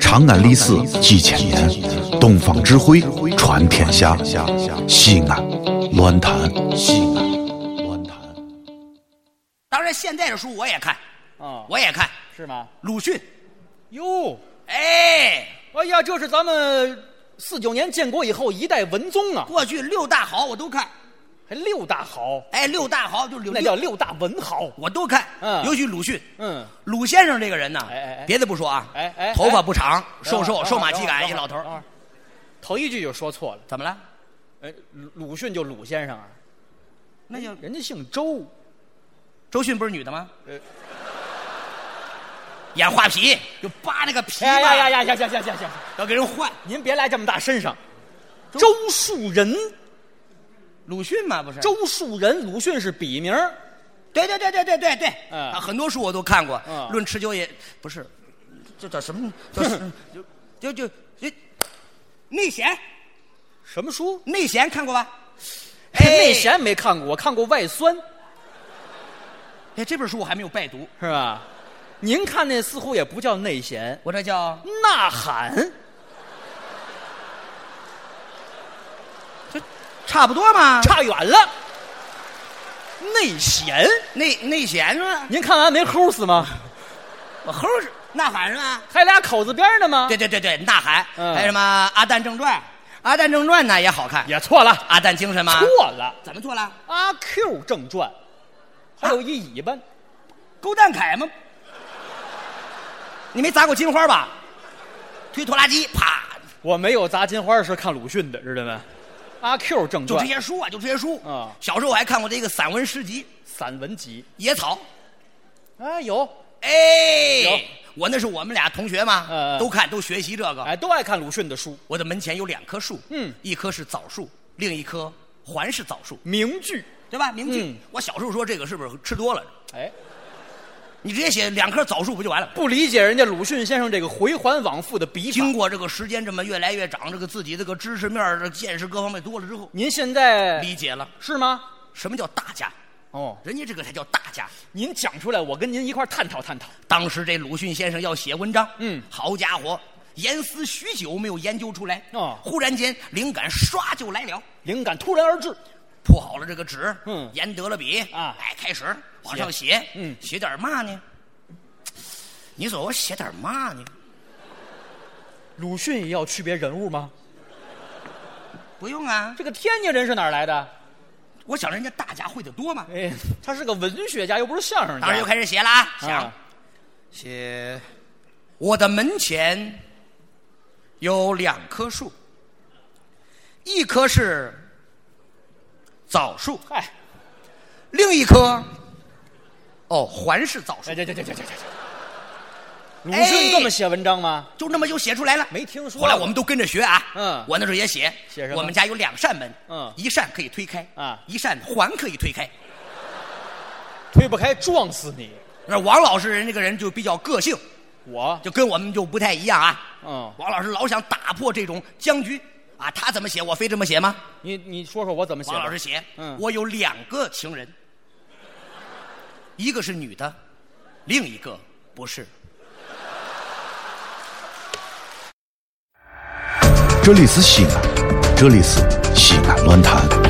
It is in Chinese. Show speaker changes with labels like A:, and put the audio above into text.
A: 长安历史几千年，东方智慧传天下。西安，乱谈西安，乱谈。
B: 当然，现在的书我也看，
C: 哦，
B: 我也看
C: 是吗？
B: 鲁迅。
C: 哟，
B: 哎，
C: 哎呀，这是咱们四九年建国以后一代文宗啊，
B: 过去六大豪我都看，
C: 还六大豪，
B: 哎，六大豪就是
C: 那
B: 六
C: 叫六大文豪。
B: 我都看，
C: 嗯
B: 尤其鲁迅。
C: 嗯，
B: 鲁先生这个人呢，
C: 哎哎哎
B: 别的不说啊，
C: 哎哎哎
B: 头发不长，瘦
C: 等会
B: 瘦
C: 儿
B: 瘦马蹄杆，一
C: 等会
B: 老头
C: 等
B: 儿
C: 会儿头一句就说错了，
B: 怎么了？
C: 呃，鲁鲁迅就鲁先生啊，
B: 那叫
C: 人家姓周，
B: 周迅不是女的吗
C: 呃？
B: 演画皮就扒那个皮
C: 哎呀呀
B: 吧，
C: 呀呀呀呀呀呀！
B: 要给人换。
C: 您别来这么大身上，周树人，
B: 鲁迅嘛不是？
C: 周树人，鲁迅是笔名儿
B: 对对对对对对对，
C: 嗯
B: 啊，很多书我都看过，
C: 嗯
B: 论持久也不是，这叫什么？叫 什就就就内闲，
C: 什么书？
B: 内闲看过吧？
C: 内闲没看过，我看过外酸，
B: 哎，这本书我还没有拜读，
C: 是吧？您看那似乎也不叫内闲，
B: 我这叫
C: 呐喊。
B: 差不多嘛，
C: 差远了。内闲，
B: 内内闲是吧？
C: 您看完没齁死吗？
B: 我猴是呐喊是吧？
C: 还俩口子边儿呢吗？
B: 对对对对，呐喊，
C: 嗯
B: 还有什么《阿甘正传》？《阿甘正传》呢也好看，
C: 也错了，
B: 阿甘精神嘛。
C: 错了，啊
B: 怎么错了？
C: 《阿 Q 正传》，还有一尾巴，
B: 勾蛋凯吗？你没砸过金花吧？推拖拉机，啪！
C: 我没有砸金花是看鲁迅的，知道没？《阿 Q 正
B: 就这
C: 传》
B: 些书啊，就这些书。
C: 嗯
B: 小时候我还看过这个散文诗集《
C: 散文集
B: 野草》。
C: 啊，有，有
B: 哎，我那是我们俩同学嘛，
C: 嗯嗯
B: 都看都学习这个。
C: 哎，都爱看鲁迅的书，
B: 我的门前有两棵树，
C: 嗯
B: 一棵是枣树，另一棵还是枣树，
C: 名句。
B: 对吧？名句。
C: 嗯
B: 我小时候说这个是不是吃多了？
C: 哎，
B: 你直接写两棵枣树不就完了？
C: 不理解人家鲁迅先生这个回环往复的笔法。
B: 经过这个时间这么越来越长，这个自己这个知识面儿、这个见识各方面多了之后，
C: 您现在
B: 理解了
C: 是吗？
B: 什么叫大家，
C: 哦，
B: 人家这个才叫大家。
C: 您讲出来，我跟您一块儿探讨探讨。
B: 当时这鲁迅先生要写文章，
C: 嗯
B: 好家伙，严思许久没有研究出来，
C: 哦
B: 忽然间灵感唰就来了，
C: 灵感突然而至，
B: 铺好了这个纸，
C: 嗯
B: 研得了笔
C: 啊
B: 哎，开始往上写，
C: 嗯
B: 写点嘛呢？你说我写点嘛呢？
C: 鲁迅也要区别人物吗？
B: 不用啊，
C: 这个天津人是哪儿来的？
B: 我想人家大家会的多嘛。
C: 哎，他是个文学家，又不是相声家。
B: 当时就开始写了啊，想
C: 啊，
B: 写我的门前有两棵树，一棵是枣树，
C: 嗨，
B: 另一棵哦还是枣树
C: 哎这，这这这这这哎这，鲁迅这么写文章吗？
B: 就那么就写出来了。
C: 没听说过
B: 后来我们都跟着学啊，
C: 嗯
B: 我那时候也写，
C: 写什么
B: 我们家有两扇门，
C: 嗯
B: 一扇可以推开，
C: 啊
B: 一扇还可以推开。
C: 推不开，撞死你！
B: 那王老师人这个人就比较个性，
C: 我
B: 就跟我们就不太一样啊。
C: 嗯
B: 王老师老想打破这种僵局啊，他怎么写，我非这么写吗？
C: 你你说说我怎么写的？
B: 王老师写，
C: 嗯
B: 我有两个情人，一个是女的，另一个不是。
A: 这里是西安，这里是西安乱谈。